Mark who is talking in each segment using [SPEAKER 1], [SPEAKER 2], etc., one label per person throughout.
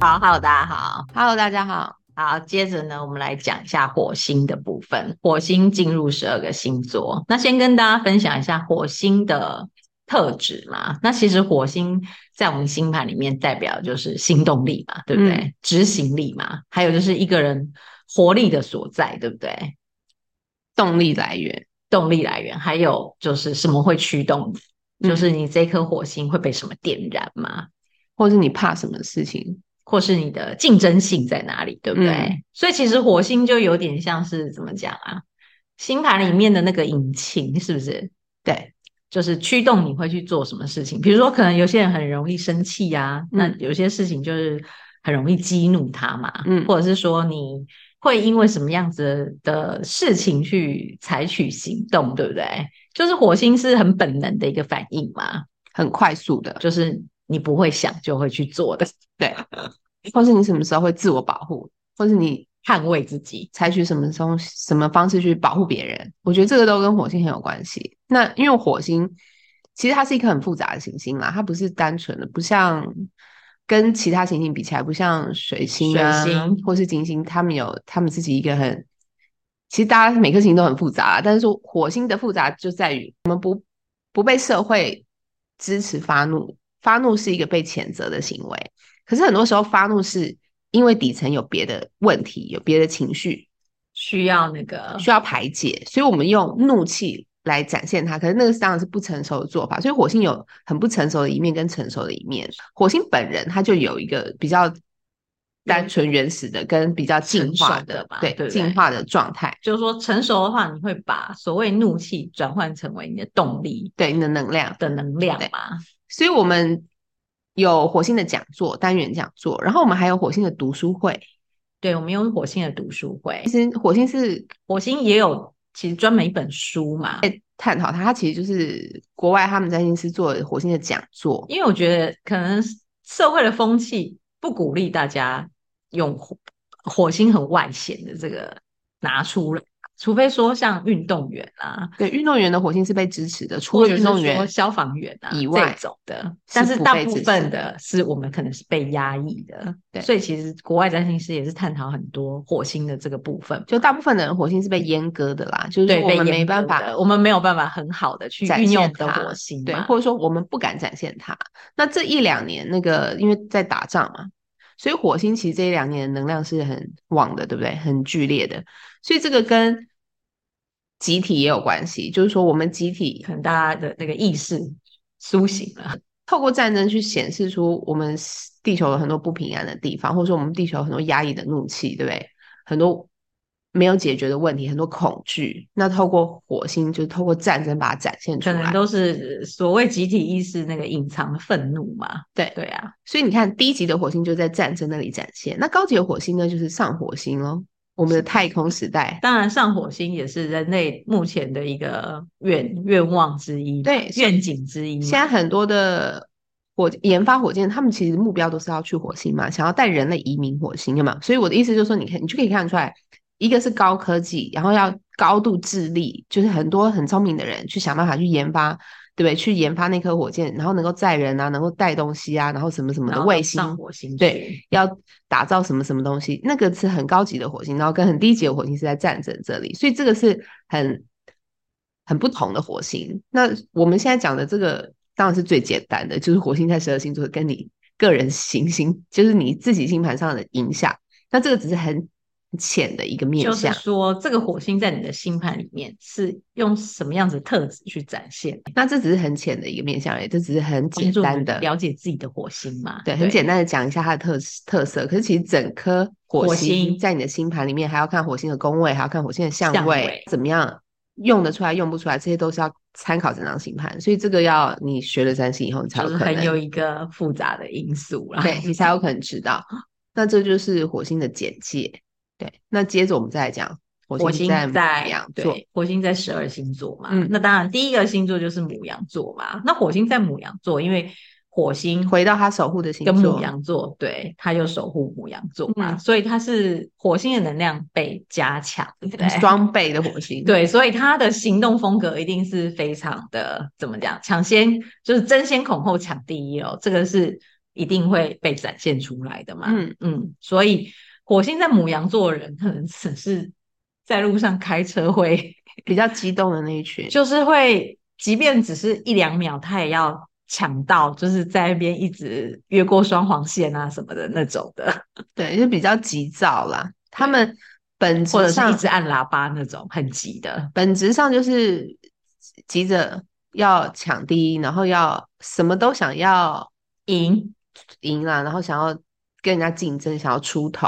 [SPEAKER 1] Hello，大家好。
[SPEAKER 2] Hello，大家好。
[SPEAKER 1] 好，接着呢，我们来讲一下火星的部分。火星进入十二个星座，那先跟大家分享一下火星的特质嘛。那其实火星在我们星盘里面代表就是行动力嘛，对不对？
[SPEAKER 2] 嗯
[SPEAKER 1] 执行力嘛，还有就是一个人活力的所在，对不对？
[SPEAKER 2] 动力来源，
[SPEAKER 1] 动力来源，还有就是什么会驱动你？就是你这颗火星会被什么点燃嘛？
[SPEAKER 2] 或是你怕什么事情？
[SPEAKER 1] 或是你的竞争性在哪里，对不对？
[SPEAKER 2] 嗯
[SPEAKER 1] 所以其实火星就有点像是怎么讲啊，星盘里面的那个引擎，是不是？
[SPEAKER 2] 对，
[SPEAKER 1] 就是驱动你会去做什么事情？比如说，可能有些人很容易生气呀、啊，那
[SPEAKER 2] 嗯
[SPEAKER 1] 有些事情就是很容易激怒他嘛，
[SPEAKER 2] 嗯
[SPEAKER 1] 或者是说你会因为什么样子的事情去采取行动，对不对？就是火星是很本能的一个反应嘛，
[SPEAKER 2] 很快速的，
[SPEAKER 1] 就是你不会想就会去做的，
[SPEAKER 2] 对，或是你什么时候会自我保护，或是你
[SPEAKER 1] 捍卫自己。
[SPEAKER 2] 采取什么东西、什么方式去保护别人，我觉得这个都跟火星很有关系。那因为火星其实它是一颗很复杂的行星啦，它不是单纯的，不像跟其他行星比起来，不像水星啊，
[SPEAKER 1] 水星
[SPEAKER 2] 或是金星，他们有他们自己一个很，其实大家每颗行星都很复杂啦，但是说火星的复杂就在于我们不不被社会支持发怒，发怒是一个被谴责的行为。可是很多时候发怒是因为底层有别的问题，有别的情绪
[SPEAKER 1] 需要那个
[SPEAKER 2] 需要排解，所以我们用怒气来展现它。可是那个当然是不成熟的做法，所以火星有很不成熟的一面跟成熟的一面。火星本人它就有一个比较单纯原始的跟比较进化
[SPEAKER 1] 成熟的嘛
[SPEAKER 2] 对
[SPEAKER 1] 对不对
[SPEAKER 2] 进化的状态，
[SPEAKER 1] 就是说成熟的话，你会把所谓怒气转换成为你的动力
[SPEAKER 2] 对你的能量。
[SPEAKER 1] 的能量嘛？
[SPEAKER 2] 所以我们有火星的讲座单元讲座，然后我们还有火星的读书会。
[SPEAKER 1] 对，我们有火星的读书会，
[SPEAKER 2] 其实火星是
[SPEAKER 1] 火星也有其实专门一本书嘛，
[SPEAKER 2] 探讨它，它其实就是国外他们占星师做的火星的讲座，
[SPEAKER 1] 因为我觉得可能社会的风气不鼓励大家用火火星很外显的这个拿出来，除非说像运动员啊，
[SPEAKER 2] 对，运动员的火星是被支持的，除
[SPEAKER 1] 或
[SPEAKER 2] 了
[SPEAKER 1] 者
[SPEAKER 2] 运
[SPEAKER 1] 是
[SPEAKER 2] 动
[SPEAKER 1] 说
[SPEAKER 2] 员
[SPEAKER 1] 消防员啊
[SPEAKER 2] 以外
[SPEAKER 1] 这种的，
[SPEAKER 2] 是
[SPEAKER 1] 但是
[SPEAKER 2] 不
[SPEAKER 1] 大
[SPEAKER 2] 被
[SPEAKER 1] 部
[SPEAKER 2] 支持
[SPEAKER 1] 分
[SPEAKER 2] 的
[SPEAKER 1] 的是我们可能是被压抑的，
[SPEAKER 2] 对
[SPEAKER 1] 所以其实国外占星师也是探讨很多火星的这个部分，
[SPEAKER 2] 就大部分的人火星是被阉割的啦，就是
[SPEAKER 1] 对，
[SPEAKER 2] 我
[SPEAKER 1] 被
[SPEAKER 2] 们没
[SPEAKER 1] 严
[SPEAKER 2] 办
[SPEAKER 1] 格
[SPEAKER 2] 法
[SPEAKER 1] 的，我们没有办法很好的去
[SPEAKER 2] 展
[SPEAKER 1] 运用
[SPEAKER 2] 现
[SPEAKER 1] 我们的
[SPEAKER 2] 它
[SPEAKER 1] 火星嘛，
[SPEAKER 2] 对，或者说我们不敢展现它。那这一两年那个因为在打仗嘛，所以火星其实这一两年的能量是很旺的，对不对？很剧烈的，所以这个跟集体也有关系，就是说我们集体
[SPEAKER 1] 可能大家的那个意识苏醒了，
[SPEAKER 2] 透过战争去显示出我们是地球有很多不平安的地方，或者说我们地球有很多压抑的怒气，对不对？很多没有解决的问题，很多恐惧。那透过火星，就是透过战争把它展现出
[SPEAKER 1] 可能
[SPEAKER 2] 来。
[SPEAKER 1] 都是所谓集体意识那个隐藏的愤怒嘛，
[SPEAKER 2] 对
[SPEAKER 1] 对啊，
[SPEAKER 2] 所以你看，低级的火星就在战争那里展现，那高级的火星呢，就是上火星喽。我们的太空时代，
[SPEAKER 1] 当然上火星也是人类目前的一个愿愿望之一嘛，
[SPEAKER 2] 对
[SPEAKER 1] 愿景之一嘛，
[SPEAKER 2] 现在很多的火研发火箭，他们其实目标都是要去火星嘛，想要带人类移民火星，有没有？所以我的意思就是说，你看，你就可以看得出来，一个是高科技，然后要高度智力，就是很多很聪明的人去想办法去研发，对不对？去研发那颗火箭，然后能够载人啊，能够带东西啊，然后什么什么
[SPEAKER 1] 然
[SPEAKER 2] 的
[SPEAKER 1] 后
[SPEAKER 2] 卫
[SPEAKER 1] 到
[SPEAKER 2] 星，
[SPEAKER 1] 上火星
[SPEAKER 2] 对
[SPEAKER 1] 去，
[SPEAKER 2] 要打造什么什么东西，那个是很高级的火星，然后跟很低级的火星是在战争这里，所以这个是很很不同的火星。那我们现在讲的这个当然是最简单的，就是火星在十二星座跟你个人行星，就是你自己星盘上的影响。那这个只是很浅的一个面
[SPEAKER 1] 就是
[SPEAKER 2] 向。
[SPEAKER 1] 说这个火星在你的星盘里面是用什么样子的特质去展现，
[SPEAKER 2] 那这只是很浅的一个面向而已，这只是很
[SPEAKER 1] 帮
[SPEAKER 2] 简
[SPEAKER 1] 助我
[SPEAKER 2] 单
[SPEAKER 1] 们
[SPEAKER 2] 的，
[SPEAKER 1] 了解自己的火星嘛？
[SPEAKER 2] 对，很简单的讲一下它的特特色。可是其实整颗火
[SPEAKER 1] 火星
[SPEAKER 2] 星在你的星盘里面，还要看火星的宫位，还要看火星的相
[SPEAKER 1] 相
[SPEAKER 2] 位
[SPEAKER 1] 位嗯
[SPEAKER 2] 怎么样用得出来，用不出来，这些都是要参考整张星盘。所以这个要你学了占星以后，你才有
[SPEAKER 1] 就是
[SPEAKER 2] 可
[SPEAKER 1] 很
[SPEAKER 2] 能，
[SPEAKER 1] 有一个复杂的因素啦。
[SPEAKER 2] 对你才有可能知道。那这就是火星的简介。对，那接着我们再来讲
[SPEAKER 1] 火
[SPEAKER 2] 火
[SPEAKER 1] 星
[SPEAKER 2] 星在
[SPEAKER 1] 在
[SPEAKER 2] 母羊座。
[SPEAKER 1] 对，火星在十二星座嘛。
[SPEAKER 2] 嗯
[SPEAKER 1] 那当然，第一个星座就是母羊座嘛。那火星在母羊座，因为火星
[SPEAKER 2] 回到他守护的星
[SPEAKER 1] 跟母
[SPEAKER 2] 座，
[SPEAKER 1] 羊座，对，它有守护母羊座嘛，
[SPEAKER 2] 嗯
[SPEAKER 1] 所以它是火星的能量被加强，对不对？
[SPEAKER 2] 双倍的火星。
[SPEAKER 1] 对，所以他的行动风格一定是非常的怎么讲？抢先就是争先恐后抢第一哦，这个是一定会被展现出来的嘛。
[SPEAKER 2] 嗯
[SPEAKER 1] 嗯，所以火星在母羊座的人，可能只是在路上开车会，
[SPEAKER 2] 比较激动的那一群，
[SPEAKER 1] 就是会，即便只是一两秒，他也要抢到，就是在那边一直越过双黄线啊什么的那种的，
[SPEAKER 2] 对，就比较急躁啦。他们本
[SPEAKER 1] 或者是一
[SPEAKER 2] 质上
[SPEAKER 1] 直按喇叭那种很急的。
[SPEAKER 2] 本质上就是急着要抢第一，然后要什么都想要
[SPEAKER 1] 赢，
[SPEAKER 2] 赢啦，然后想要跟人家竞争，想要出头。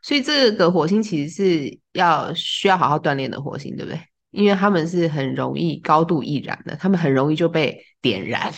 [SPEAKER 2] 所以这个火星其实是要需要好好锻炼的火星，对不对？因为他们是很容易高度易燃的，他们很容易就被点燃。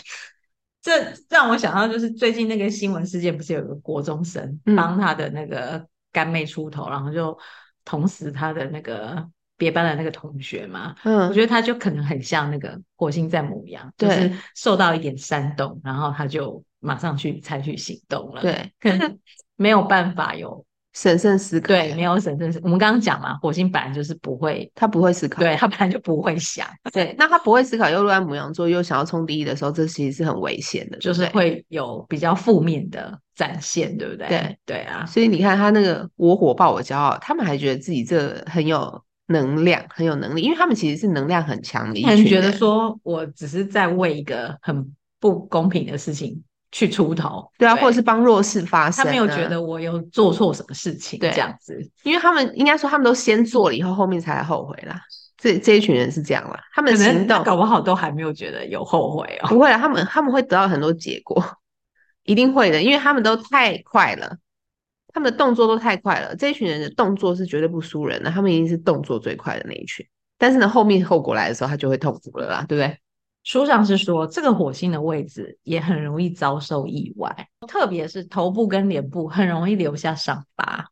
[SPEAKER 1] 这让我想到就是最近那个新闻事件，不是有个国中生
[SPEAKER 2] 嗯
[SPEAKER 1] 帮他的那个干妹出头，然后就捅死他的那个别班的那个同学嘛。我
[SPEAKER 2] 嗯，
[SPEAKER 1] 觉得他就可能很像那个火星在母羊，就
[SPEAKER 2] 对
[SPEAKER 1] 是受到一点煽动，然后他就马上去采取行动了。，
[SPEAKER 2] 对，
[SPEAKER 1] 可能没有办法 有
[SPEAKER 2] 审慎思考，
[SPEAKER 1] 对，没有审慎。我们刚刚讲嘛，火星本来就是不会，
[SPEAKER 2] 他不会思考。
[SPEAKER 1] 对他本来就不会想，
[SPEAKER 2] 对，那他不会思考，又乱母羊座，又想要冲第一的时候，这其实是很危险的，对
[SPEAKER 1] 就
[SPEAKER 2] 不
[SPEAKER 1] 是
[SPEAKER 2] 对。
[SPEAKER 1] 会有比较负面的展现，对不对？
[SPEAKER 2] 对
[SPEAKER 1] 对啊，
[SPEAKER 2] 所以你看他那个我火爆我骄傲，他们还觉得自己这很有能量，很有能力，因为他们其实是能量很强的一
[SPEAKER 1] 可能
[SPEAKER 2] 群
[SPEAKER 1] 觉得
[SPEAKER 2] 人
[SPEAKER 1] 说我只是在为一个很不公平的事情去出头，
[SPEAKER 2] 对啊，或者是帮弱势发声、
[SPEAKER 1] 他没有觉得，我有做错什么事情，这
[SPEAKER 2] 对
[SPEAKER 1] 样子，
[SPEAKER 2] 因为他们应该说他们都先做了，以后后面才来后悔啦。这这一群人是这样啦，他们
[SPEAKER 1] 可能
[SPEAKER 2] 行
[SPEAKER 1] 他
[SPEAKER 2] 动
[SPEAKER 1] 搞不好都还没有觉得有后悔哦。
[SPEAKER 2] 不会啦，啊他们他们会得到很多结果， 一定会的，因为他们都太快了，他们的动作都太快了。这一群人的动作是绝对不输人的，他们一定是动作最快的那一群。但是呢，后面后果来的时候，他就会痛苦了啦，对不对？
[SPEAKER 1] 书上是说，这个火星的位置也很容易遭受意外，特别是头部跟脸部很容易留下伤疤，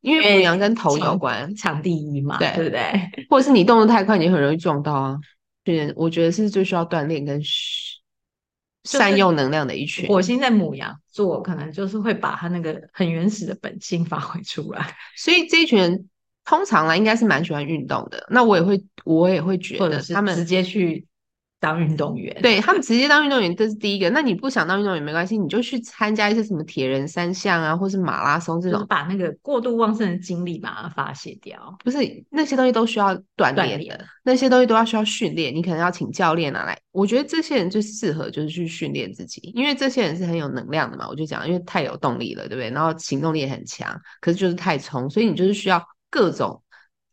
[SPEAKER 2] 因
[SPEAKER 1] 因
[SPEAKER 2] 为
[SPEAKER 1] 为
[SPEAKER 2] 母羊跟头有
[SPEAKER 1] 长
[SPEAKER 2] 关，
[SPEAKER 1] 抢第一嘛，
[SPEAKER 2] 对
[SPEAKER 1] 对不对？
[SPEAKER 2] 或者是你动得太快，你很容易撞到啊。对，我觉得是最需要锻炼跟嘘
[SPEAKER 1] 就是
[SPEAKER 2] 善用能量的一群。
[SPEAKER 1] 火星在母羊座，可能就是会把他那个很原始的本性发挥出来，
[SPEAKER 2] 所以这一群人通常来应该是蛮喜欢运动的。那我也会，我也会觉
[SPEAKER 1] 或
[SPEAKER 2] 得
[SPEAKER 1] 者是
[SPEAKER 2] 他
[SPEAKER 1] 直
[SPEAKER 2] 们
[SPEAKER 1] 接去当运动员。
[SPEAKER 2] 对他们直接当运动员，这是第一个。那你不想当运动员没关系，你就去参加一些什么铁人三项啊，或是马拉松这
[SPEAKER 1] 就是
[SPEAKER 2] 种，
[SPEAKER 1] 把那个过度旺盛的精力把它发泄掉。
[SPEAKER 2] 不是那些东西都需要锻
[SPEAKER 1] 锻
[SPEAKER 2] 炼
[SPEAKER 1] 炼
[SPEAKER 2] 的，那些东西都要需要训练。你可能要请教练啊来。我觉得这些人最适合就是去训练自己，因为这些人是很有能量的嘛。我就讲，因为太有动力了，对不对？然后行动力也很强，可是就是太冲，所以你就是需要各种。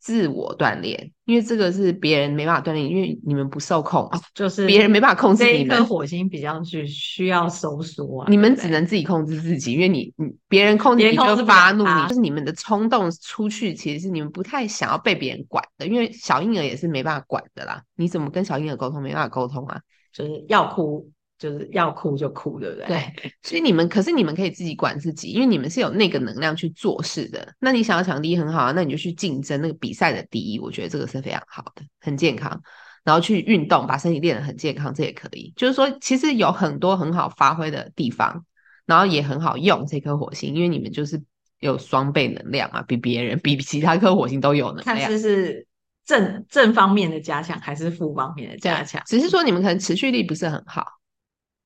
[SPEAKER 2] 自我锻炼，因为这个是别人没办法锻炼，因为你们不受控嘛，
[SPEAKER 1] 就是
[SPEAKER 2] 别人没办法控制
[SPEAKER 1] 这
[SPEAKER 2] 你
[SPEAKER 1] 一
[SPEAKER 2] 们。
[SPEAKER 1] 颗火星比较是需要收缩啊，
[SPEAKER 2] 你们
[SPEAKER 1] 对
[SPEAKER 2] 只能自己控制自己，因为你你别人控制
[SPEAKER 1] 别
[SPEAKER 2] 你
[SPEAKER 1] 人控制
[SPEAKER 2] 就
[SPEAKER 1] 不了啊
[SPEAKER 2] 发怒，你
[SPEAKER 1] 他
[SPEAKER 2] 就是你们的冲动出去，其实是你们不太想要被别人管的，因为小婴儿也是没办法管的啦。你怎么跟小婴儿沟通？没办法沟通啊。
[SPEAKER 1] 就是要哭就是要哭就哭，对不对？
[SPEAKER 2] 对，所以你们可是你们可以自己管自己，因为你们是有那个能量去做事的。那你想要抢第一很好啊，那你就去竞争那个比赛的第一，我觉得这个是非常好的，很健康。然后去运动，把身体练得很健康，这也可以。就是说，其实有很多很好发挥的地方，然后也很好用这颗火星，因为你们就是有双倍能量嘛，比别人比 其他颗火星都有能
[SPEAKER 1] 看
[SPEAKER 2] 量。
[SPEAKER 1] 是是正正方面的加强还是负方面的加强，
[SPEAKER 2] 只是说你们可能持续力不是很好，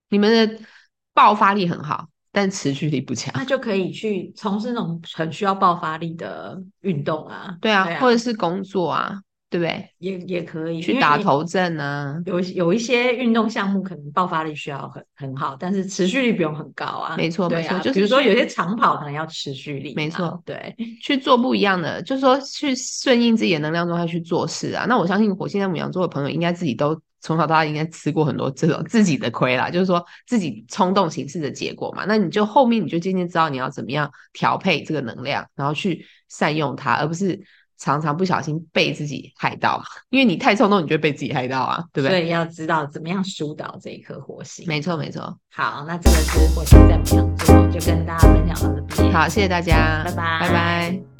[SPEAKER 2] 你们的爆发力很好，但持续力不强。
[SPEAKER 1] 那就可以去从事那种很需要爆发力的运动啊，
[SPEAKER 2] 对啊，
[SPEAKER 1] 啊
[SPEAKER 2] 或者是工作啊，对不对？
[SPEAKER 1] 也也可以
[SPEAKER 2] 去打。
[SPEAKER 1] 因为
[SPEAKER 2] 头阵啊，
[SPEAKER 1] 有一有一些运动项目可能爆发力需要很很好，但是持续力不用很高啊。
[SPEAKER 2] 没错
[SPEAKER 1] 对
[SPEAKER 2] 没错
[SPEAKER 1] 啊
[SPEAKER 2] 就是
[SPEAKER 1] 比如说
[SPEAKER 2] 去
[SPEAKER 1] 有些长跑可能要持续力嘛，
[SPEAKER 2] 没错
[SPEAKER 1] 对，
[SPEAKER 2] 去做不一样的，就是说去顺应自己的能量状态去做事啊。那我相信火星在母羊座的朋友，应该自己都从小到大应该吃过很多这种自己的亏啦，就是说自己冲动行事的结果嘛。那你就后面你就渐渐知道你要怎么样调配这个能量，然后去善用它，而不是常常不小心被自己害到，因为你太冲动，你就会被自己害到啊，对不
[SPEAKER 1] 所
[SPEAKER 2] 对？
[SPEAKER 1] 以要知道怎么样疏导这一颗火星。
[SPEAKER 2] 没错没错。
[SPEAKER 1] 好，那这个是火星在母羊座，就跟大家分享到这边。
[SPEAKER 2] 好，谢谢大家，
[SPEAKER 1] 拜拜
[SPEAKER 2] 拜拜